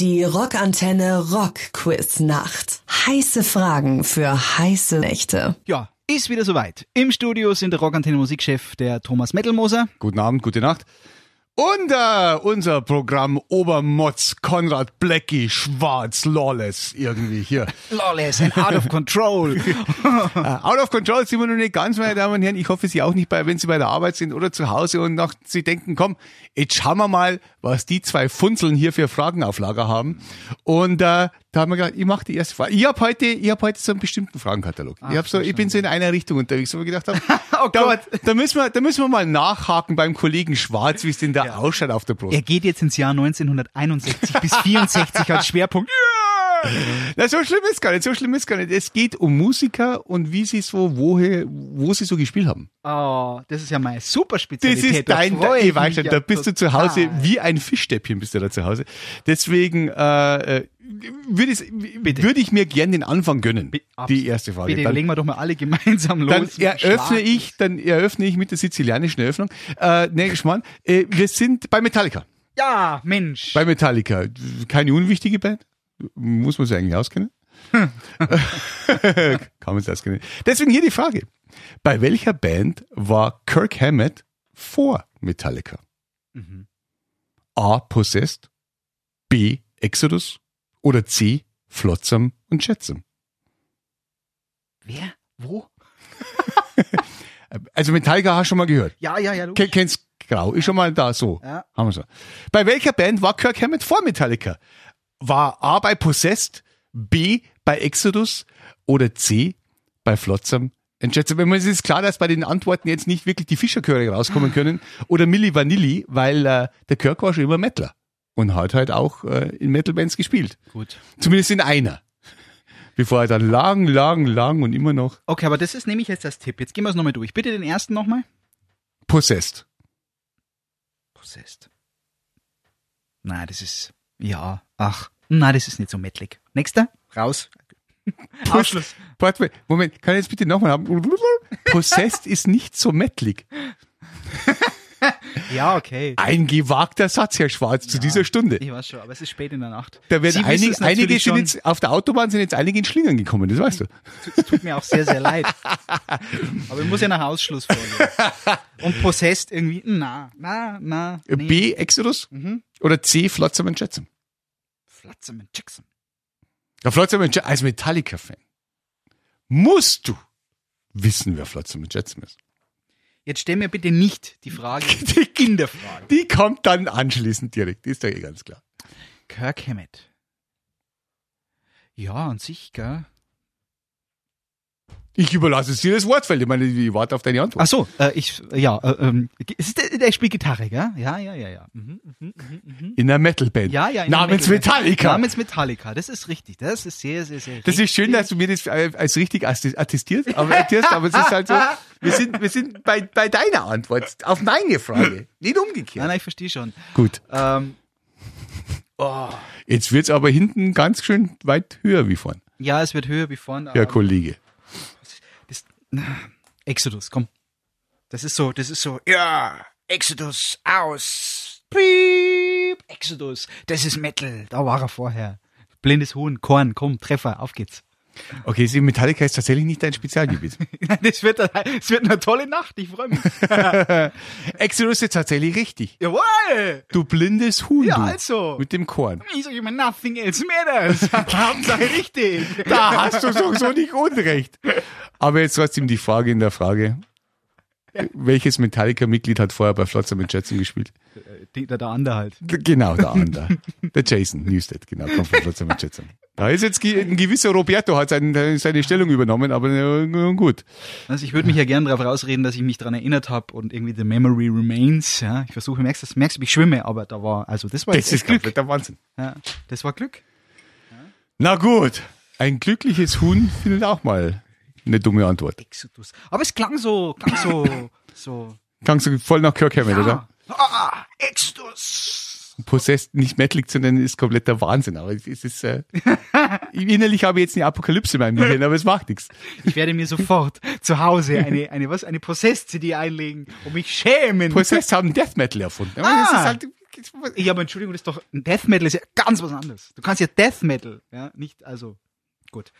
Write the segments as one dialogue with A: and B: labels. A: Die Rockantenne Rockquiznacht. Heiße Fragen für heiße Nächte.
B: Ja, ist wieder soweit. Im Studio sind der Rockantenne Musikchef der Thomas Mettelmoser.
C: Guten Abend, gute Nacht. Und äh, unser Programm Obermotz, Konrad, Blackie, Schwarz, Lawless, irgendwie hier.
B: Lawless and out of control.
C: Äh, out of control sind wir noch nicht ganz, meine Damen und Herren. Ich hoffe, Sie auch nicht, bei, wenn Sie bei der Arbeit sind oder zu Hause und nach, Sie denken, komm, jetzt schauen wir mal, was die zwei Funzeln hier für Fragen auf Lager haben. Und äh, da haben wir gedacht, ich mache die erste Frage. Ich habe heute, ich hab heute so einen bestimmten Fragenkatalog. ich, hab so, ich bin so in einer Richtung unterwegs, wo ich gedacht habe,
B: Oh
C: da,
B: Gott.
C: da, müssen wir, da müssen wir mal nachhaken beim Kollegen Schwarz, wie es denn da ausschaut auf der Brust.
B: Er geht jetzt ins Jahr 1961 bis 64 als Schwerpunkt.
C: Na, so schlimm ist gar nicht, so schlimm ist gar nicht. Es geht um Musiker und wie sie so, woher, wo sie so gespielt haben.
B: Oh, das ist ja meine
C: Das
B: Superspezialität.
C: ist
B: Da
C: dein,
B: freu
C: dein ich weiß
B: mich
C: schon,
B: ja
C: da bist du zu
B: total.
C: Hause wie ein Fischstäbchen bist du da zu Hause. Deswegen, äh, äh, würde ich, würde ich mir gern den Anfang gönnen. Die
B: absolut.
C: erste Frage.
B: Bitte
C: Dann-
B: legen wir doch mal alle gemeinsam los.
C: dann
B: mit
C: eröffne
B: Schlag.
C: ich, dann eröffne ich mit der sizilianischen Eröffnung. Äh, nee, Schmarrn, äh, wir sind bei Metallica.
B: Ja, Mensch.
C: Bei Metallica. Keine unwichtige Band. Muss man sich eigentlich auskennen. Kann man sich auskennen. Deswegen hier die Frage. Bei welcher Band war Kirk Hammett vor Metallica?
B: Mhm.
C: A. Possessed, B. Exodus oder C. Flotsam und Jetsam?
B: Wer? Wo?
C: Also Metallica hast du schon mal gehört.
B: Ja, ja, ja.
C: Ken-
B: logisch.
C: Kennst grau, ist schon mal da so.
B: Ja.
C: Haben wir so. Bei welcher Band war Kirk Hammett vor Metallica? War A bei Possessed, B bei Exodus oder C bei Flotsam? and Jetsam? Ich meine, Es ist klar, dass bei den Antworten jetzt nicht wirklich die Fischerchöre rauskommen können oder Milli Vanilli, weil äh, der Kirk war schon immer Metaler und hat halt auch äh, in Metal-Bands gespielt.
B: Gut.
C: Zumindest in einer. Bevor er dann lang, lang, lang und immer noch
B: Okay, aber das ist nämlich jetzt das Tipp. Jetzt gehen wir es nochmal durch. Bitte den ersten nochmal.
C: Possessed.
B: Possessed. Nein, das ist. Ja, ach. Nein, das ist nicht so mettlig. Nächster? Raus. Ausschluss.
C: Warte mal, Moment, kann ich jetzt bitte nochmal haben? Possessed ist nicht so mettlig.
B: Ja, okay.
C: Ein gewagter Satz, Herr Schwarz, zu dieser Stunde.
B: Ich weiß schon, aber es ist spät in der Nacht.
C: Da
B: Sie
C: werden
B: wissen
C: einig,
B: es natürlich
C: einige sind
B: schon.
C: jetzt, auf der Autobahn sind jetzt einige in Schlingern gekommen, das weißt du.
B: Es tut mir auch sehr, sehr leid. Aber ich muss ja nach Ausschluss vorgehen. Und possessed irgendwie. Na, na, na. Nee. Mhm.
C: B, Exodus oder C, Flotsam and Jetsam.
B: Flotsam und Jackson.
C: Ja, Flotsam and Jetsam, als Metallica-Fan, musst du wissen, wer Flotsam and Jetsam ist.
B: Jetzt stell mir bitte nicht die Frage. die Kinderfrage.
C: Die kommt dann anschließend direkt, die ist doch eh ganz klar.
B: Kirk Hammett. Ja, an sich, gell?
C: Ich überlasse es dir das Wortfeld, ich meine, ich warte auf deine Antwort.
B: Ach so, äh, ich, ja, äh, ähm, ist der, der spielt Gitarre, gell? Ja, ja, ja, ja. Mhm, mhm, mhm, mhm.
C: In einer Metalband.
B: Ja, ja. in der
C: Namens
B: Metal-Band.
C: Metallica.
B: Namens Metallica, das ist richtig. Das ist sehr, sehr, sehr
C: das
B: richtig.
C: ist schön, dass du mir das äh, als richtig attis- attestierst, aber, attestierst, aber es ist halt so, wir sind, wir sind bei, bei deiner Antwort auf meine Frage, nicht
B: Nein,
C: umgekehrt.
B: nein, ich verstehe schon.
C: Gut,
B: Ähm, oh,
C: jetzt wird's aber hinten ganz schön weit höher wie vorn,
B: ja, es wird höher wie vorne.
C: Herr
B: aber
C: Kollege.
B: Das, Exodus, komm. Das ist so, das ist so, ja, Exodus, aus, piep, Exodus, das ist Metal. Da war er vorher. Blindes Huhn, Korn, komm, Treffer, auf geht's.
C: Okay, Sie, Metallica ist tatsächlich nicht dein Spezialgebiet.
B: Das wird, das wird eine tolle Nacht, ich freue mich.
C: Exodus ist tatsächlich richtig.
B: Jawohl!
C: Du blindes Huhn,
B: Ja,
C: du,
B: also.
C: mit dem Korn.
B: Wieso immer nothing else matters? Hauptsache richtig.
C: Da hast du sowieso nicht unrecht. Aber jetzt trotzdem die Frage in der Frage. Welches Metallica-Mitglied hat vorher bei Flotsam und Jetsam gespielt?
B: Der, der andere halt.
C: D- Genau, der andere. Der Jason Newsted, genau, kommt von Flotsam und Jetsam. Da ist jetzt ge- ein gewisser Roberto, hat seine, seine Stellung übernommen, aber äh, nun gut.
B: Also ich würde mich ja gern darauf rausreden, dass ich mich daran erinnert habe und irgendwie the memory remains. Ja, ich versuche, merkst du, das merkst du, ich schwimme, aber da war, also das war jetzt
C: Das ist
B: echt Glück.
C: kompletter Wahnsinn.
B: Ja, das war Glück.
C: Na gut, ein glückliches Huhn findet auch mal eine dumme Antwort.
B: Exodus. Aber es klang so, klang so, so.
C: Kannst du voll nach Kirk Hammett, oder?
B: Ah, ah, Exodus.
C: Possessed nicht mettlig zu nennen, ist kompletter Wahnsinn. Aber es ist, äh, innerlich habe ich jetzt eine Apokalypse in meinem Gehirn, aber es macht nichts.
B: Ich werde mir sofort zu Hause eine, eine was, eine Possessed-CD einlegen und mich schämen.
C: Possessed haben Death Metal erfunden. Aber das
B: Ah.
C: ist halt
B: Ja, aber Entschuldigung, das ist doch, Death Metal ist ja ganz was anderes. Du kannst ja Death Metal, ja, nicht, also, gut.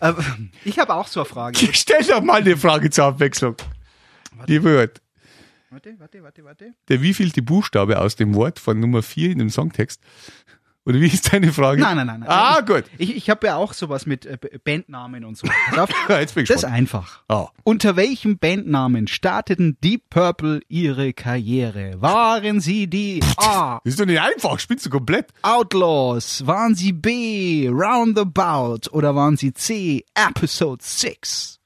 B: Äh, ich habe auch so eine Frage.
C: halt, Stell doch mal eine Frage zur Abwechslung. Die wird.
B: Warte, warte, warte, warte.
C: Der wievielte Buchstabe aus dem Wort von Nummer 4 in dem Songtext? Oder wie ist deine Frage?
B: Nein, nein, nein, nein.
C: Ah, gut.
B: Ich, ich habe ja auch sowas mit äh, B- Bandnamen und so. Pass auf.
C: Jetzt bin ich
B: das ist
C: gespannt.
B: einfach.
C: Ah.
B: Unter welchem Bandnamen starteten Deep Purple ihre Karriere? Waren sie die A.
C: Das ist doch nicht einfach. Spinnst du komplett?
B: Outlaws? Waren sie B. Roundabout? Oder waren sie C. Episode 6?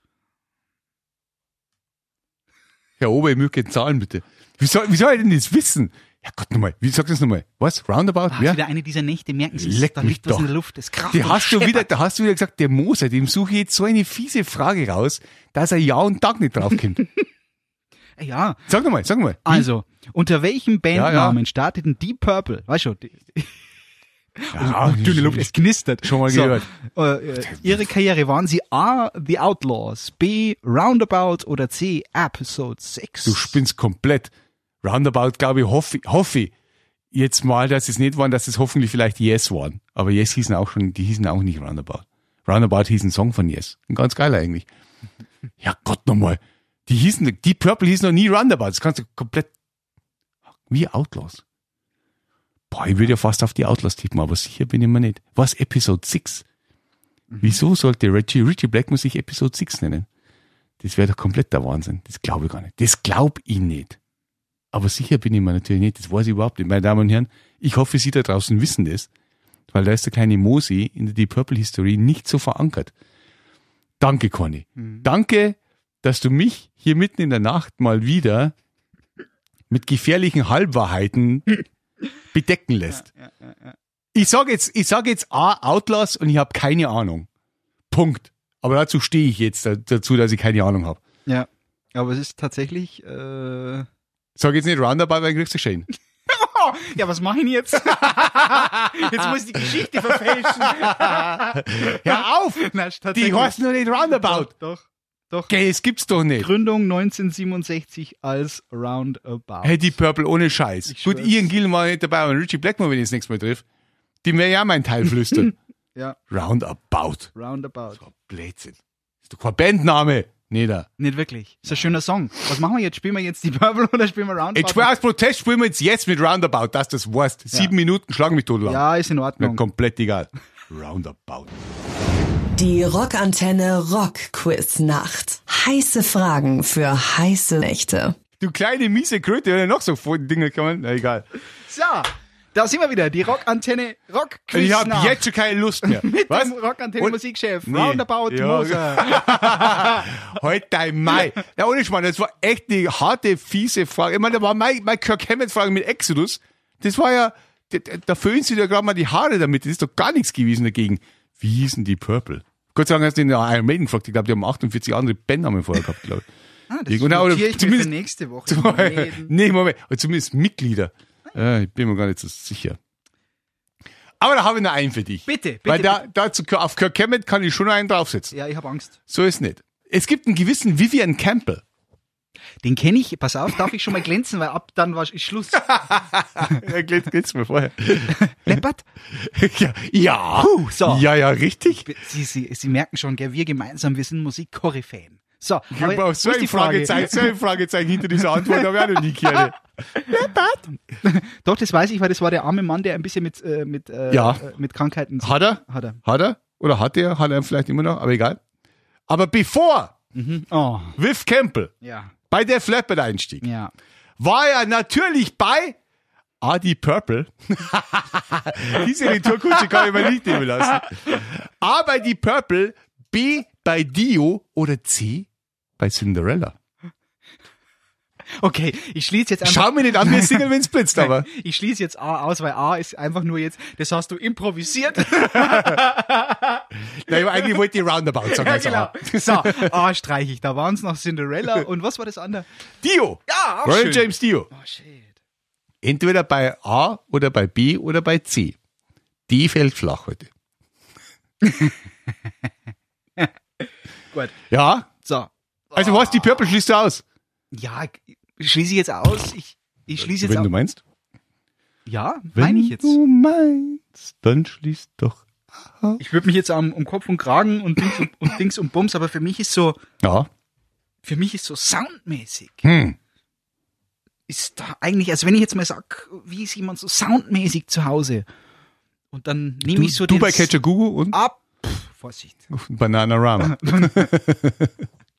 C: Herr Ober, ich möchte Zahlen bitte. Wie soll, wie soll ich denn das wissen? Ja Gott nochmal. Wie sagst du das nochmal? Was? Roundabout?
B: Ach,
C: ja.
B: Ah, wieder eine dieser Nächte, merken Sie,
C: Leck
B: da
C: mich
B: liegt was in
C: doch.
B: der Luft, es kracht
C: Die
B: und
C: hast du
B: scheppert.
C: wieder, da hast du wieder gesagt, der Moser, dem suche ich jetzt so eine fiese Frage raus, dass er Ja und Tag nicht draufkommt.
B: Ja,
C: sag nochmal, sag nochmal.
B: also, unter welchem Bandnamen
C: Ja,
B: starteten Deep Purple? Weißt du, die,
C: Ja,
B: dünne Luft, es knistert.
C: Ah, Schon mal gehört.
B: So, äh, äh, ihre Karriere, waren sie A, The Outlaws, B, Roundabout oder C, Episode 6?
C: Du spinnst komplett. Roundabout, glaube ich, hoffe, hoffe ich jetzt mal, dass es nicht waren, dass es hoffentlich vielleicht Yes waren. Aber Yes hießen auch schon, die hießen auch nicht Roundabout. Roundabout hieß ein Song von Yes. Ein ganz geiler eigentlich. Ja Gott nochmal. Die hießen, die Purple hießen noch nie Roundabout. Das kannst du komplett, wie Outlaws. Boah, ich würde ja fast auf die Outlaws tippen, aber sicher bin ich mir nicht. Was Episode 6? Wieso sollte Richie, Richie Blackmore sich Episode 6 nennen? Das wäre doch komplett der Wahnsinn. Das glaube ich gar nicht. Das glaube ich nicht. Aber sicher bin ich mir natürlich nicht. Das weiß ich überhaupt nicht. Meine Damen und Herren, ich hoffe, Sie da draußen wissen das, weil da ist der kleine Mosi in der Deep Purple History nicht so verankert. Danke, Conny. Danke, dass du mich hier mitten in der Nacht mal wieder mit gefährlichen Halbwahrheiten bedecken lässt. Ich sage jetzt, ich sage jetzt A, Outlaws und ich habe keine Ahnung. Punkt. Aber dazu stehe ich jetzt da- dazu, dass ich keine Ahnung habe.
B: Ja, aber es ist tatsächlich, äh, ja,
C: Sag jetzt nicht Roundabout, weil kriegst du Schäden.
B: was mache ich denn jetzt? jetzt muss ich die Geschichte verfälschen.
C: Hör auf!
B: Na,
C: Die
B: tatsächlich.
C: heißen nur nicht Roundabout.
B: Doch, doch.
C: Gell, es gibt's doch nicht.
B: Gründung 1967 als Roundabout.
C: Hey, die Purple ohne Scheiß.
B: Ich
C: Gut,
B: schwör's.
C: Ian Gillen war nicht dabei und Richie Blackmore, wenn ich das nächste Mal triff, die mir ja meinen Teil flüstern.
B: Ja,
C: Roundabout.
B: Roundabout.
C: Oh, Blödsinn. Ist doch kein Bandname. Nee, da.
B: Nicht wirklich. Ist ein schöner Song. Was machen wir jetzt? Spielen wir jetzt die Purple oder spielen wir Roundabout?
C: Ich schwör aus Protest, spielen wir jetzt, jetzt mit Roundabout, dass das weißt. Sieben Minuten schlagen mich tot lang.
B: ja, ist in
C: Mir
B: Ordnung.
C: komplett egal. Roundabout.
A: Die Rockantenne Rock Quiz Nacht. Heiße Fragen für heiße Nächte.
C: Du kleine miese Kröte, wenn er noch so vor die Dinger kommen. Na egal.
B: So, da sind wir wieder. Die Rockantenne Rock
C: Ich
B: Quiz
C: habe jetzt schon keine Lust mehr.
B: mit
C: Was?
B: dem Rockantenne
C: Und-
B: Musikchef
C: Nee.
B: Roundabout
C: Ja.
B: Moser. Ah,
C: Heute Halt dein Mai. Na, ohne Schmarrn, das war echt eine harte, fiese Frage. Ich meine, da war meine, meine Kirk Hammett-Frage mit Exodus. Das war ja, da, da föhnen sie dir gerade mal die Haare damit. Das ist doch gar nichts gewesen dagegen. Wie hießen die Purple? Gott sei Dank hast du den Iron Maiden gefragt. Ich glaube, die haben 48 andere Bandnamen vorher gehabt, glaube ich.
B: Ah, das
C: Irgendwo- oder
B: notiere ich mir für
C: zumindest-
B: nächste Woche.
C: nee, Moment. Und zumindest Mitglieder. Äh, ich bin mir gar nicht so sicher. Aber da habe ich noch einen für dich.
B: Bitte, bitte,
C: Weil da, dazu, auf Kirk Hammett kann ich schon einen draufsetzen.
B: Ja, ich habe Angst.
C: So ist nicht. Es gibt einen gewissen Vivian Campbell.
B: Den kenne ich. Pass auf, darf ich schon mal glänzen, weil ab dann war ist Schluss.
C: Ja, geht's, geht's mir vorher.
B: Leppert?
C: ja, ja.
B: Puh, so.
C: ja, ja, richtig.
B: Sie, Sie, Sie merken schon, gell, wir gemeinsam, wir sind Musikkoryphäen. So, aber
C: Aber so
B: wo ist
C: ein
B: die Frage?
C: Fragezeichen, so ein Fragezeichen hinter dieser Antwort habe ich auch noch nie gehört.
B: Doch, das weiß ich, weil das war der arme Mann, der ein bisschen mit, äh, mit, äh,
C: Ja.
B: äh, mit Krankheiten
C: Hat er?
B: hat er.
C: Hat er? Oder hat er? Hat er vielleicht immer noch? Aber egal. Aber bevor
B: Oh,
C: Viv Campbell
B: ja.
C: bei der Flappert einstieg,
B: Ja.
C: war er natürlich bei Adi Purple. Diese Retourkutsche kann ich mir nicht nehmen lassen. A bei Die Purple, B bei Dio oder C bei Cinderella.
B: Okay, ich schließe jetzt einfach.
C: Schau mir nicht an, wir singen, wenn es blitzt, aber.
B: Ich schließe jetzt A aus, weil A ist einfach nur jetzt, das hast du improvisiert.
C: Nein, aber eigentlich wollte ich Roundabout sagen.
B: ja,
C: also,
B: genau. So, A streiche ich. Da waren es noch Cinderella und was war das andere?
C: Dio!
B: Ja, Ah, auch
C: Royal
B: schön.
C: James Dio.
B: Oh, shit.
C: Entweder bei A oder bei B oder bei C. D fällt flach heute.
B: Gut.
C: Ja,
B: So.
C: also was, die Purple schließt du aus,
B: Ja, ich- schließe ich jetzt aus. Ich, ich schließe jetzt
C: wenn
B: aus.
C: du meinst.
B: Ja,
C: Wenn
B: meine ich jetzt.
C: du meinst, dann schließt doch.
B: Ich würde mich jetzt am um Kopf und Kragen und Dings und, und Dings und Bums, aber für mich ist so,
C: Ja.
B: für mich ist so soundmäßig
C: Hm.
B: ist da eigentlich, also wenn ich jetzt mal sag, wie ist jemand so soundmäßig zu Hause? Und dann
C: Du,
B: nehme ich so
C: du
B: den Ah.
C: bei Catcher Gugu und
B: ab. Pff, Vorsicht.
C: Bananarama.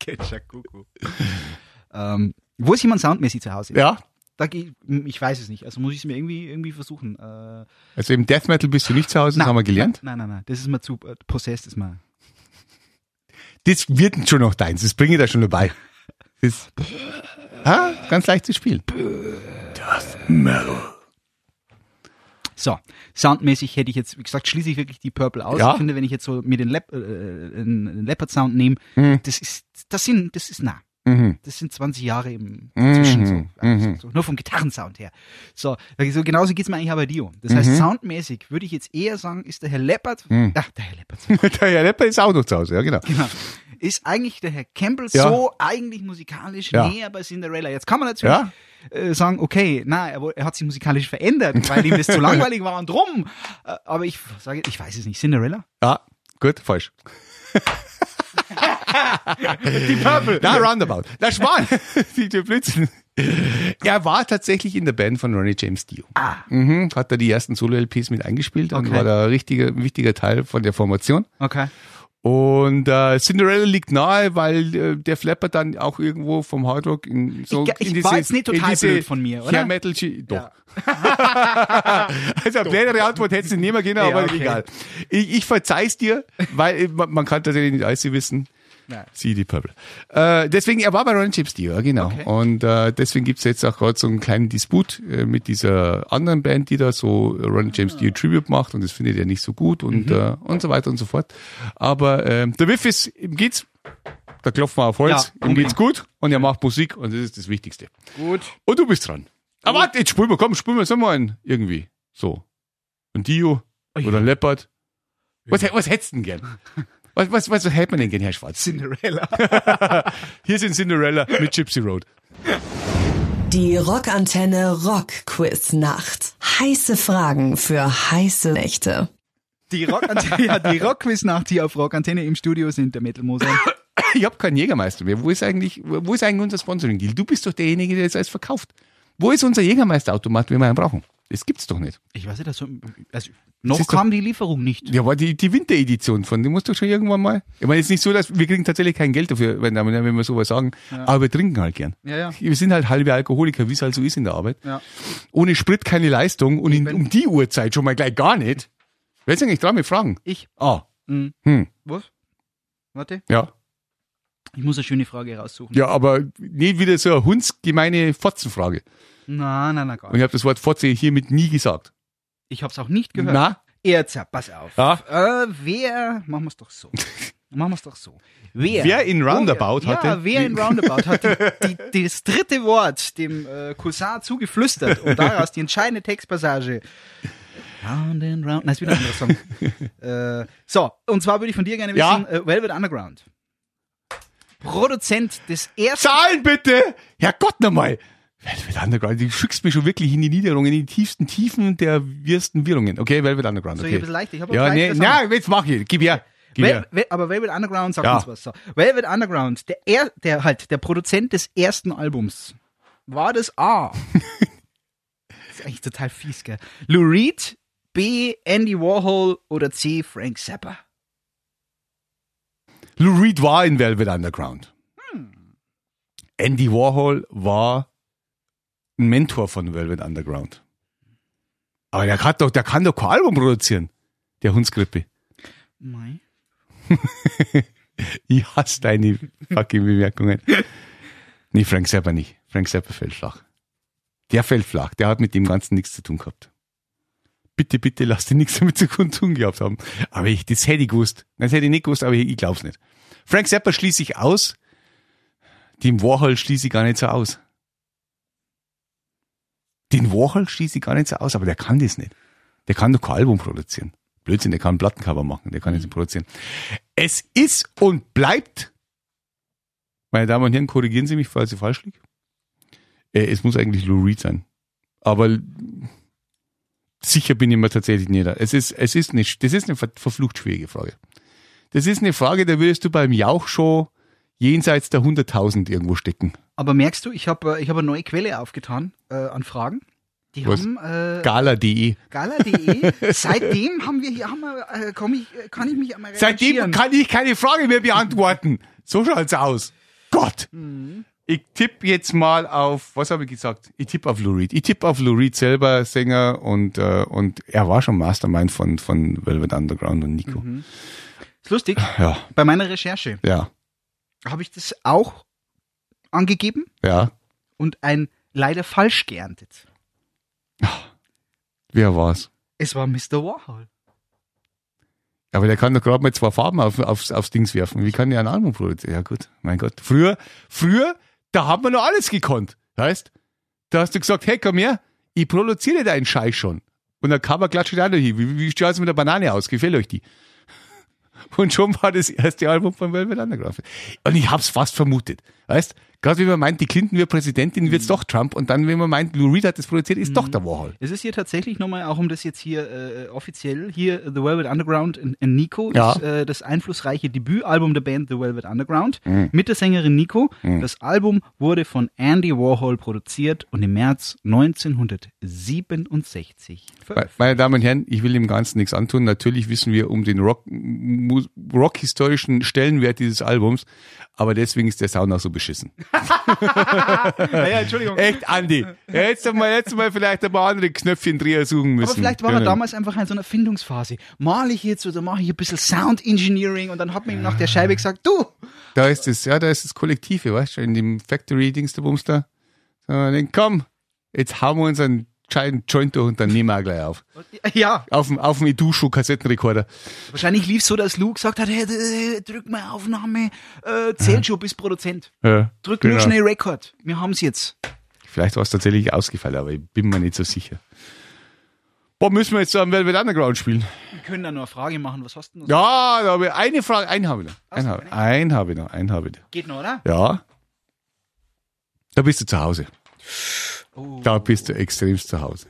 B: Catcher Gugu. ähm, wo ist jemand soundmäßig zu Hause?
C: ja.
B: Da geh, ich weiß es nicht. Also muss ich es mir irgendwie, irgendwie versuchen. Äh,
C: Also im Death Metal bist du nicht zu Hause, das
B: na,
C: haben wir gelernt.
B: Nein, nein, nein. Das ist mal zu äh, possessed ist mal.
C: Das wird schon noch deins, das bringe ich da schon dabei. Das, ha, ganz leicht zu spielen.
B: So, soundmäßig hätte ich jetzt, wie gesagt, schließe ich wirklich die Purple aus.
C: Ja.
B: Ich finde, wenn ich jetzt so mir den Lep äh, einen Leopard Sound nehme, das ist, das sind, das ist nah.
C: Mhm.
B: Das sind 20 Jahre eben zwischen
C: Mhm,
B: so, also
C: mhm.
B: so, nur vom Gitarrensound her. So, so genauso geht's mir eigentlich aber Dio. Das
C: Mhm.
B: heißt, soundmäßig würde ich jetzt eher sagen, ist der Herr Leppert, ach, der Herr Leppert,
C: Der Herr Lepper ist auch noch zu Hause, ja genau.
B: genau, ist eigentlich der Herr Campbell
C: Ja.
B: so eigentlich musikalisch
C: Ja.
B: näher bei Cinderella. Jetzt kann man natürlich
C: Ja.
B: äh, sagen, okay, na, er, wo- er hat sich musikalisch verändert, weil ihm das zu langweilig war und drum. Äh, aber ich sage, ich weiß es nicht, Cinderella?
C: Ja, Ah, gut, falsch.
B: Die Purple.
C: Na, Roundabout. Na, Schwan. Die die Blitzen. Er war tatsächlich in der Band von Ronnie James Dio.
B: Ah.
C: Mhm, hat da die ersten Solo-LPs mit eingespielt und
B: Okay.
C: war da ein richtiger, ein wichtiger Teil von der Formation.
B: Okay.
C: Und äh, Cinderella liegt nahe, weil äh, der Flapper dann auch irgendwo vom Hardrock in so
B: Ich- ich
C: in
B: war jetzt nicht total blöd von mir, oder?
C: Hair Metal, G- doch. also eine blädere Antwort hättest du nicht mehr gehen, aber
B: okay.
C: egal. Ich, ich verzeih's dir, weil äh, man, man kann tatsächlich nicht alles wissen.
B: Nein.
C: CD Purple. Äh, deswegen, er war bei Ron Chips Dio, ja, genau.
B: Okay.
C: Und äh, deswegen gibt's jetzt auch gerade so einen kleinen Disput äh, mit dieser anderen Band, die da so Ron James
B: Ah.
C: Dio Tribute macht und das findet er nicht so gut und,
B: Mhm.
C: äh, und so weiter und so fort. Aber äh, der Wiff ist, ihm geht's, da klopfen wir auf Holz,
B: Ja,
C: ihm geht's gut und er macht Musik und das ist das Wichtigste.
B: Gut.
C: Und du bist dran. Aber warte, jetzt spielen wir, komm, spielen wir, sagen wir einen irgendwie. So. Ein Dio oder ein Leopard. Was, hä- was hättest du denn gern? Was, was, was hält man denn gern, Herr Schwarz?
B: Cinderella.
C: Hier sind Cinderella mit Gypsy Road.
A: Die Rockantenne Rock Quiz Nacht. Heiße Fragen für heiße Nächte.
B: Die Rockantenne, ja, die Rockquiznacht hier auf Rockantenne im Studio sind der Metalmoser.
C: Ich habe keinen Jägermeister mehr. Wo ist eigentlich, wo ist eigentlich unser Sponsoring-Deal? Du bist doch derjenige, der das alles verkauft. Wo ist unser Jägermeisterautomat, wenn wir einen brauchen? Das gibt's doch nicht.
B: Ich weiß nicht, also, also noch
C: ist
B: kam die Lieferung nicht.
C: Ja, war die, die Winteredition von, die muss doch schon irgendwann mal. Ich meine, es ist nicht so, dass wir kriegen tatsächlich kein Geld dafür, wenn, wenn wir sowas sagen, aber wir trinken halt gern.
B: Ja, ja.
C: Wir sind halt halbe Alkoholiker, wie es halt so ist in der Arbeit.
B: Ja.
C: Ohne Sprit keine Leistung und in, um die Uhrzeit schon mal gleich gar nicht. Wer ist eigentlich dran mit Fragen?
B: Ich.
C: Ah,
B: Mhm.
C: hm,
B: Was? Warte.
C: ja.
B: Ich muss eine schöne Frage raussuchen.
C: Ja, aber nicht wieder so eine hundsgemeine Fotzenfrage.
B: Na, na, na, gar
C: Und ich
B: nicht.
C: habe das Wort Fotze hiermit nie gesagt.
B: Ich hab's auch nicht gehört.
C: Na?
B: Erzer, pass auf.
C: Ja.
B: Äh, wer, machen wir's doch so. machen wir's doch so. Wer?
C: Wer in Roundabout
B: Oh ja,
C: hatte-
B: Ja, wer in
C: Wie-
B: Roundabout hat die, die, das dritte Wort dem äh, Cousin zugeflüstert und daraus die entscheidende Textpassage. Round and round. Nein, ist wieder ein anderer Song. äh, so, und zwar würde ich von dir gerne
C: Ja.
B: wissen, äh, Velvet Underground. Produzent des ersten
C: Zahlen bitte! Herrgott nochmal! Velvet Underground, du schickst mich schon wirklich in die Niederungen, in die tiefsten Tiefen der wirsten Wirrungen. Okay, Velvet Underground,
B: So, ich
C: okay.
B: hab ein bisschen leicht, ich hab auch
C: ja,
B: leicht
C: nee,
B: was
C: na, jetzt mach ich, gib her. Gib
B: Vel
C: her.
B: Vel aber Velvet Underground sagt
C: Ja.
B: uns was. So. Velvet Underground, der, er der halt der Produzent des ersten Albums, war das A. das ist eigentlich total fies, gell? Lou Reed, B. Andy Warhol oder C. Frank Zappa.
C: Lou Reed war in Velvet Underground. Andy Warhol war ein Mentor von Velvet Underground. Aber der hat doch, der kann doch kein Album produzieren. Der Hundsgrippe.
B: Nein.
C: Ich hasse deine fucking Bemerkungen. Nee, Frank Zappa nicht. Frank Zappa fällt flach. Der fällt flach. Der hat mit dem Ganzen nichts zu tun gehabt. Bitte, bitte, lass dir nichts damit zu tun gehabt haben. Aber ich, das hätte ich gewusst. Das hätte ich nicht gewusst, aber ich, ich glaub's nicht. Frank Zappa schließe ich aus. Den Warhol schließe ich gar nicht so aus. Den Warhol schließe ich gar nicht so aus, aber der kann das nicht. Der kann doch kein Album produzieren. Blödsinn, der kann Plattencover machen, der kann jetzt nicht produzieren. Es ist und bleibt, meine Damen und Herren, korrigieren Sie mich, falls ich falsch liege. Äh, Es muss eigentlich Lou Reed sein. Aber sicher bin ich mir tatsächlich nicht. Es ist, es ist nicht, das ist eine ver- verflucht schwierige Frage. Das ist eine Frage, da würdest du beim Jauch schon jenseits der 100.000 irgendwo stecken.
B: Aber merkst du, ich habe ich hab eine neue Quelle aufgetan äh, an Fragen. Die
C: Was?
B: haben äh,
C: Gala.de.
B: gala.de. Seitdem haben wir hier, haben wir, äh, komm ich, äh, kann ich mich einmal
C: Seitdem
B: revanchieren.
C: kann ich keine Frage mehr beantworten. So schaut's aus. Gott. Ich tippe jetzt mal auf, was habe ich gesagt? Ich tippe auf Lou Reed. Ich tippe auf Lou Reed selber, Sänger und, äh, und er war schon Mastermind von, von Velvet Underground und Nico.
B: Ist lustig,
C: Ja,
B: bei meiner Recherche
C: ja,
B: habe ich das auch angegeben
C: ja.
B: und ein leider falsch geerntet.
C: Wer war's?
B: Es war Mr. Warhol.
C: Aber der kann doch gerade mal zwei Farben auf, aufs, aufs Dings werfen. Wie kann der einen Album produzieren? Ja gut, mein Gott. Früher, früher, da haben wir noch alles gekonnt. Heißt, da hast du gesagt, hey, komm her, ich produziere deinen Scheiß schon. Und dann kam er klatscht auch noch hin. Wie, wie schaut's mit der Banane aus? Gefällt euch die? Und schon war das erste Album von Velvet Underground. Und ich hab's fast vermutet. Weißt, gerade wie man meint, die Clinton wird Präsidentin, wird's doch Trump. Und dann, wenn man meint, Lou Reed hat das produziert, ist doch der Warhol.
B: Es ist hier tatsächlich nochmal, auch um das jetzt hier äh, offiziell, hier The Velvet Underground in, in Nico
C: Ja.
B: ist äh, das einflussreiche Debütalbum der Band The Velvet Underground
C: Mhm.
B: mit der Sängerin Nico. Das Album wurde von Andy Warhol produziert und im März 1967
C: Me-
B: veröffentlicht.
C: Meine Damen und Herren, ich will dem Ganzen nichts antun. Natürlich wissen wir um den Rock- mu- rock-historischen Stellenwert dieses Albums, aber deswegen ist der Sound auch so beschissen.
B: Naja, Entschuldigung.
C: Echt, Andi, hättest du mal, hättest du mal vielleicht ein paar andere Knöpfchen drehen suchen müssen.
B: Aber vielleicht war er
C: Können.
B: damals einfach in so einer Findungsphase. Mal ich jetzt oder mache ich ein bisschen Sound Engineering und dann hat man ihm nach der Scheibe gesagt, du,
C: Da ist es, ja, da ist das Kollektive, weißt du, in dem Factory-Dings der Bumster. Da denkt, komm, jetzt hauen wir uns einen gescheiten Joint durch und dann nehmen wir auch gleich auf.
B: ja,
C: Auf dem, auf dem Idusho-Kassettenrekorder.
B: Wahrscheinlich lief es so, dass Lou gesagt hat, hey, d- d- drück mal Aufnahme, äh, zählt schon bis Produzent.
C: Ja,
B: Drück
C: genau.
B: nur schnell Record. Wir haben's jetzt.
C: Vielleicht war es tatsächlich ausgefallen, aber ich bin mir nicht so sicher. Boah, müssen wir jetzt am Velvet Underground spielen?
B: Wir können da nur eine Frage machen. Was hast du denn?
C: Ja, da habe ich eine Frage. Einen habe ich noch. Einen
B: Hast du
C: habe ich einen habe ich noch. Einen habe ich noch.
B: Geht noch, oder?
C: Ja. Da bist du zu Hause.
B: Oh.
C: Da bist du extremst zu Hause.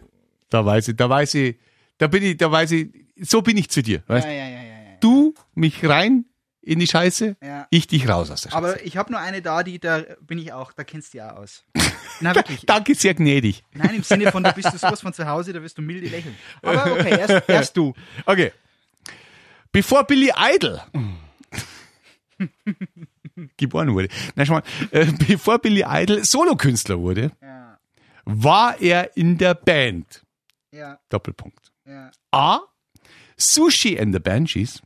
C: Da weiß ich, da weiß ich, da bin ich, da weiß ich, so bin ich zu dir. Weißt?
B: Ja, ja, ja, ja, ja.
C: Du mich rein in die Scheiße,
B: Ja.
C: ich dich raus aus der Scheiße.
B: Aber ich habe nur eine da, die da bin ich auch, da kennst du ja aus. Na wirklich.
C: Danke, sehr gnädig.
B: Nein, im Sinne von, da bist du sowas von zu Hause, da wirst du milde lächeln. Aber okay, erst, erst du.
C: Okay. Bevor Billy Idol geboren wurde, na schau mal, äh, bevor Billy Idol Solokünstler wurde,
B: Ja,
C: war er in der Band.
B: ja,
C: Doppelpunkt.
B: ja.
C: A. Sushi and the Banshees.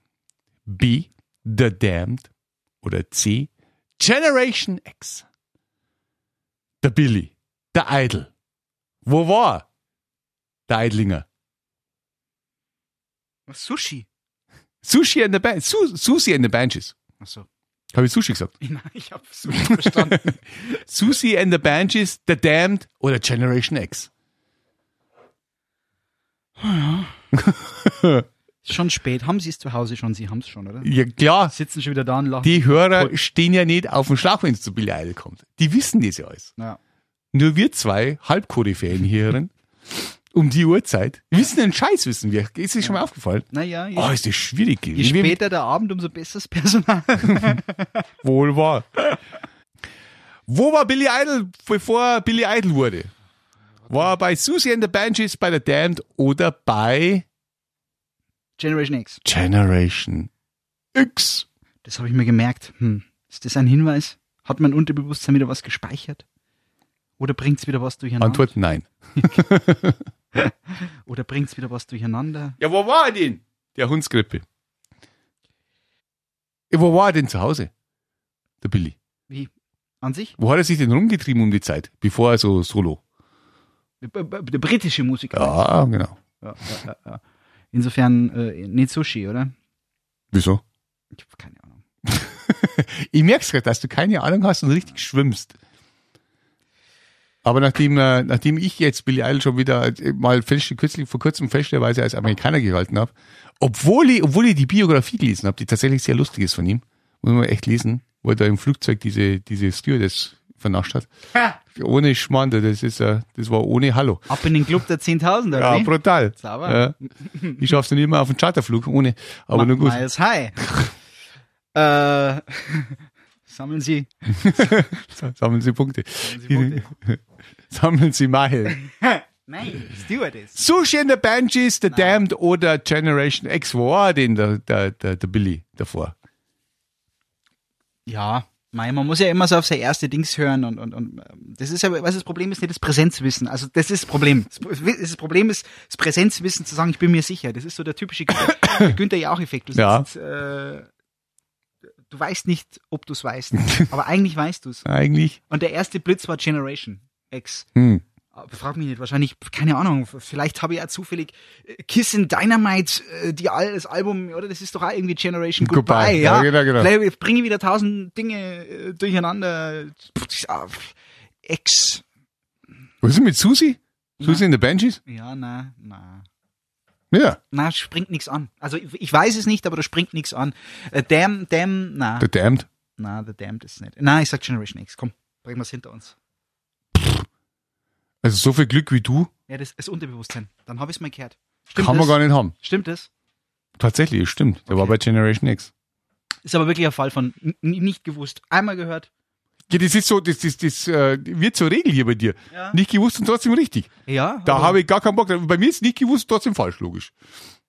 C: B. The Damned. Oder C. Generation X. Der Billy. Der Idol. Wo war er? der Eidlinger?
B: Was, Sushi?
C: Sushi and the Banshees. Su Susi and the Banshees.
B: Achso.
C: Habe ich Sushi gesagt?
B: Nein, ich habe Sushi verstanden.
C: Susi and the Banshees, The Damned oder Generation X.
B: Schon spät. Haben sie es zu Hause schon? Sie haben's schon, oder?
C: Ja klar,
B: Sitzen schon wieder da und lachen.
C: die Hörer stehen ja nicht auf dem Schlauch, wenn es zu Billy Idol kommt. Die wissen das ja alles.
B: Ja.
C: Nur wir zwei Halbkoryphäen hierin, um die Uhrzeit, wissen einen Scheiß, wissen wir. Ist dir schon mal aufgefallen?
B: Naja, je,
C: Oh, ist das schwierig
B: je
C: gewesen.
B: später der Abend, umso besseres Personal.
C: Wohl war. Wo war Billy Idol, bevor er Billy Idol wurde? War er bei Susie and the Banshees, bei The Damned oder bei
B: Generation X.
C: Generation X?
B: Das habe ich mir gemerkt. Hm. Ist das ein Hinweis? Hat mein Unterbewusstsein wieder was gespeichert? Oder bringt's wieder was durcheinander?
C: Mhm. Antwort nein.
B: Oder bringt's wieder was durcheinander?
C: Ja, wo war er denn? Der Hundskrippe. Ja, wo war er denn zu Hause? Der Billy.
B: Wie? An sich?
C: Wo hat er sich denn rumgetrieben um die Zeit, bevor er so solo?
B: B- b- Der britische Musiker.
C: Ja, genau.
B: Ja, ja, ja, ja. Insofern äh, nicht Sushi, oder?
C: Wieso?
B: Ich habe keine Ahnung.
C: Ich merk's grad, dass du keine Ahnung hast und richtig schwimmst. Aber nachdem, äh, nachdem ich jetzt Billy Idol schon wieder äh, mal fälsch, kürzlich, vor kurzem fälschlicherweise als Amerikaner gehalten habe, obwohl ich, obwohl ich die Biografie gelesen habe, die tatsächlich sehr lustig ist von ihm, muss man echt lesen, wo er da im Flugzeug diese, diese Stewardess vernascht hat. Ohne Schmande, das ist äh, das war ohne Hallo.
B: Ab in den Club der 10.000, oder?
C: Ja,
B: wie?
C: brutal.
B: Sauber.
C: Ja. Ich schaff's nicht mehr auf den Charterflug ohne, aber
B: Ma-
C: nur gut.
B: Miles High. äh, sammeln Sie.
C: Sammeln Sie Punkte.
B: Punkte.
C: Sammeln Sie Meilen.
B: Nein, Stewardess.
C: Sushi and the Banshees, The Damned oder Generation X. Wo war denn der, der, der, der Billy davor?
B: Ja, mei, man muss ja immer so auf sein erste Dings hören und, und, und ähm, das ist ja, was das Problem ist, nicht das Präsenzwissen. Also das ist das Problem. Das Pro- das Problem ist, das Präsenzwissen zu sagen, ich bin mir sicher. Das ist so der typische Gün- Günther Jauch-Effekt. Du,
C: Ja.
B: sitzt, äh, du weißt nicht, ob du es weißt, aber eigentlich weißt du es.
C: Eigentlich?
B: Und der erste Blitz war Generation X.
C: Hm.
B: Aber Frag mich nicht, wahrscheinlich, keine Ahnung, vielleicht habe ich ja zufällig äh, Kiss in Dynamite, äh, die, Al- das Album, oder das ist doch auch irgendwie Generation
C: Goodbye,
B: Goodbye.
C: ja,
B: ja,
C: genau, genau.
B: Vielleicht bringe ich wieder tausend Dinge äh, durcheinander. Pff, das ist auch- Ex.
C: Was ist denn mit Susi? Susi and the Banshees?
B: Ja, na, na.
C: Ja.
B: Na, springt nichts an. Also ich, ich weiß es nicht, aber da springt nichts an. Äh, damn, damn, na.
C: The Damned.
B: Na, The Damned ist nicht. Na, ich sag Generation X, komm, bringen wir es hinter uns.
C: Also so viel Glück wie du
B: Ja, das ist Unterbewusstsein. Dann habe ich es mal gehört.
C: kann man
B: das?
C: gar nicht haben.
B: Stimmt das?
C: Tatsächlich, es stimmt. Der
B: Okay.
C: war bei Generation X.
B: Ist aber wirklich ein Fall von n- n- nicht gewusst. Einmal gehört.
C: Ja, das ist so, das, das, das äh, wird zur Regel hier bei dir.
B: Ja.
C: Nicht gewusst und trotzdem richtig.
B: Ja.
C: Da
B: aber-
C: habe ich gar keinen Bock. drauf. Bei mir ist nicht gewusst, trotzdem falsch, logisch.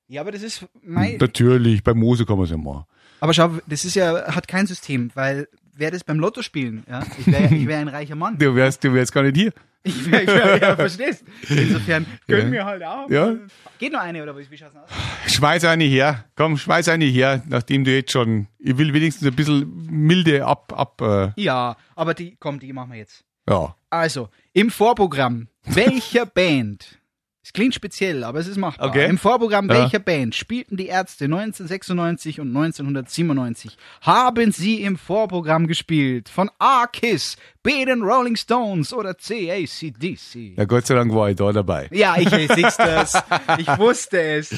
B: Ja, aber das ist mein.
C: Natürlich, bei Mose kann man es ja machen.
B: Aber schau, das ist ja, hat kein System, weil wäre das beim Lotto spielen, ja, ich wäre ich wär ein reicher Mann.
C: Du wärst, du wärst gar nicht hier.
B: Ich wär, ich wär, ja, verstehst? Insofern gönn mir halt auch.
C: Ja.
B: Geht nur eine oder was? Wie schaut's aus?
C: Schmeiß eine her. Komm, schmeiß eine her, nachdem du jetzt schon. Ich will wenigstens ein bisschen milde ab. ab äh,
B: Ja, aber die, komm, die machen wir jetzt.
C: ja.
B: Also, im Vorprogramm, welcher Band? Es klingt speziell, aber es ist machbar.
C: Okay.
B: Im Vorprogramm
C: Ja.
B: welcher Band spielten die Ärzte 1996 und 1997? Haben sie im Vorprogramm gespielt? Von A. Kiss, B. den Rolling Stones oder C. ACDC?
C: ja, Gott sei Dank war ich da dabei.
B: Ja, ich siehst das. Ich wusste es.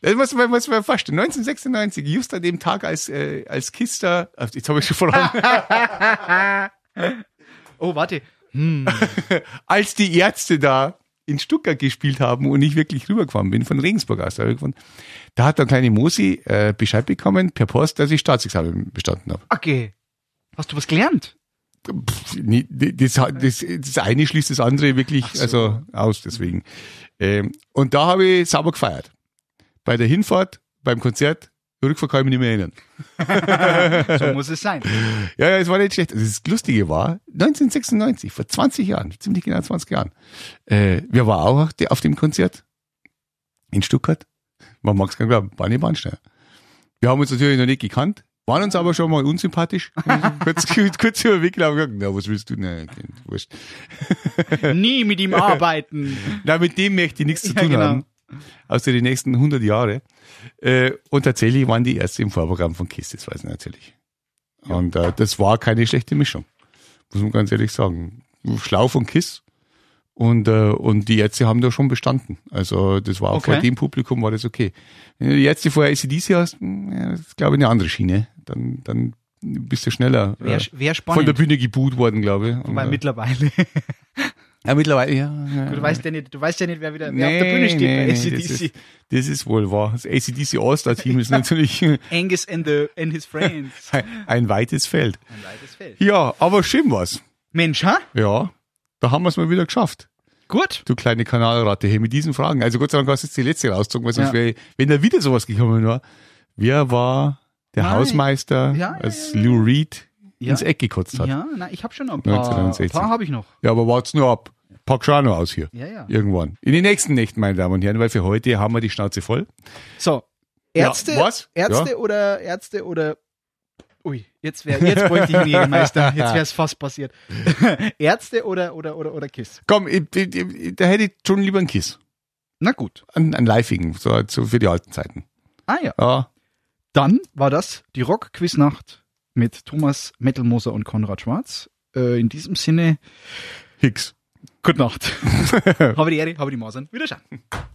C: Das muss man, muss man vorstellen. 1996, just an dem Tag, als, äh, als Kister. Jetzt habe ich schon verloren.
B: Oh, warte.
C: als die Ärzte da in Stuttgart gespielt haben und ich wirklich rübergefahren bin, von Regensburg aus da rübergefahren, da hat der kleine Mosi äh, Bescheid bekommen per Post, dass ich Staatsexamen bestanden habe.
B: Okay. Hast du was gelernt?
C: Pff, nie- Das, hat- das, das eine schließt das andere wirklich also aus, deswegen. Ähm, und da habe ich sauber gefeiert. Bei der Hinfahrt, beim Konzert, Rückfahrt kann ich mich nicht mehr erinnern.
B: So muss es sein.
C: Ja, ja, es war nicht schlecht. Also das Lustige war, 1996, vor 20 Jahren, ziemlich genau 20 Jahren, äh, wir waren auch auf de- auf dem Konzert in Stuttgart. Man mag es gar nicht glauben, war nicht Bahnstein. Wir haben uns natürlich noch nicht gekannt, waren uns aber schon mal unsympathisch. kurz, kurz, kurz über den Weg gelaufen und gesagt, na, was willst du? Nein, wurscht.
B: Nie mit ihm arbeiten.
C: Na, mit dem möchte ich nichts zu
B: Ja,
C: tun
B: genau.
C: haben. Außer die nächsten 100 Jahre. Äh, und tatsächlich waren die erste im Vorprogramm von Kiss, das weiß ich natürlich. Und äh, das war keine schlechte Mischung. Muss man ganz ehrlich sagen. Schlau von Kiss. Und, äh, und die Ärzte haben da schon bestanden. Also das war auch
B: Okay.
C: vor dem Publikum war das okay. Wenn du die Ärzte vorher ACDC hast, mh, ja, das ist glaube ich eine andere Schiene. Dann, dann bist du schneller
B: Wäre
C: äh,
B: wär
C: von der
B: spannend.
C: Bühne geboot worden, glaube ich. Und,
B: Wobei
C: äh,
B: mittlerweile.
C: ja, mittlerweile, ja. ja.
B: Du weißt ja nicht, du weißt ja nicht, wer wieder wer auf der Bühne steht bei ACDC.
C: das, ist, das ist wohl wahr. Das ACDC All-Star-Team ist natürlich
B: Angus and, the, and his friends.
C: ein weites Feld.
B: Ein weites Feld.
C: Ja, aber schön war's.
B: Mensch, ha?
C: Ja, da haben wir's mal wieder geschafft.
B: Gut.
C: Du kleine Kanalratte, hey, mit diesen Fragen. Also Gott sei Dank hast du jetzt die letzte rausgezogen, weil sonst
B: Ja.
C: wäre, ich- wenn da wieder sowas gekommen wäre, wer war der
B: Nein.
C: Hausmeister,
B: Ja, ja,
C: als Lou Reed
B: Ja.
C: ins Eck gekotzt hat? Ja,
B: Ja, na, ich habe schon noch ein paar.
C: 1969.
B: Ein paar habe ich noch.
C: aber wart's nur ab. Pack schon auch noch aus hier.
B: Ja, ja.
C: Irgendwann. In den nächsten Nächten, meine Damen und Herren, weil für heute haben wir die Schnauze voll.
B: So. Ärzte,
C: Ja, was?
B: Ärzte
C: Ja.
B: oder Ärzte oder Ui, jetzt wär, jetzt wollte ich ihn eh, Meister. Jetzt wäre es fast passiert. Ärzte oder oder oder oder Kiss.
C: Komm, ich, ich, ich, da hätte ich schon lieber ein Kiss.
B: Na gut.
C: Ein, ein Liveing, so, so für die alten Zeiten.
B: Ah ja.
C: Ja,
B: Dann war das die Rock-Quiznacht mit Thomas Mettelmoser und Konrad Schwarz. Äh, in diesem Sinne,
C: Hicks.
B: gute Nacht. habe die Ehre, habe die Masern. Wiederschauen.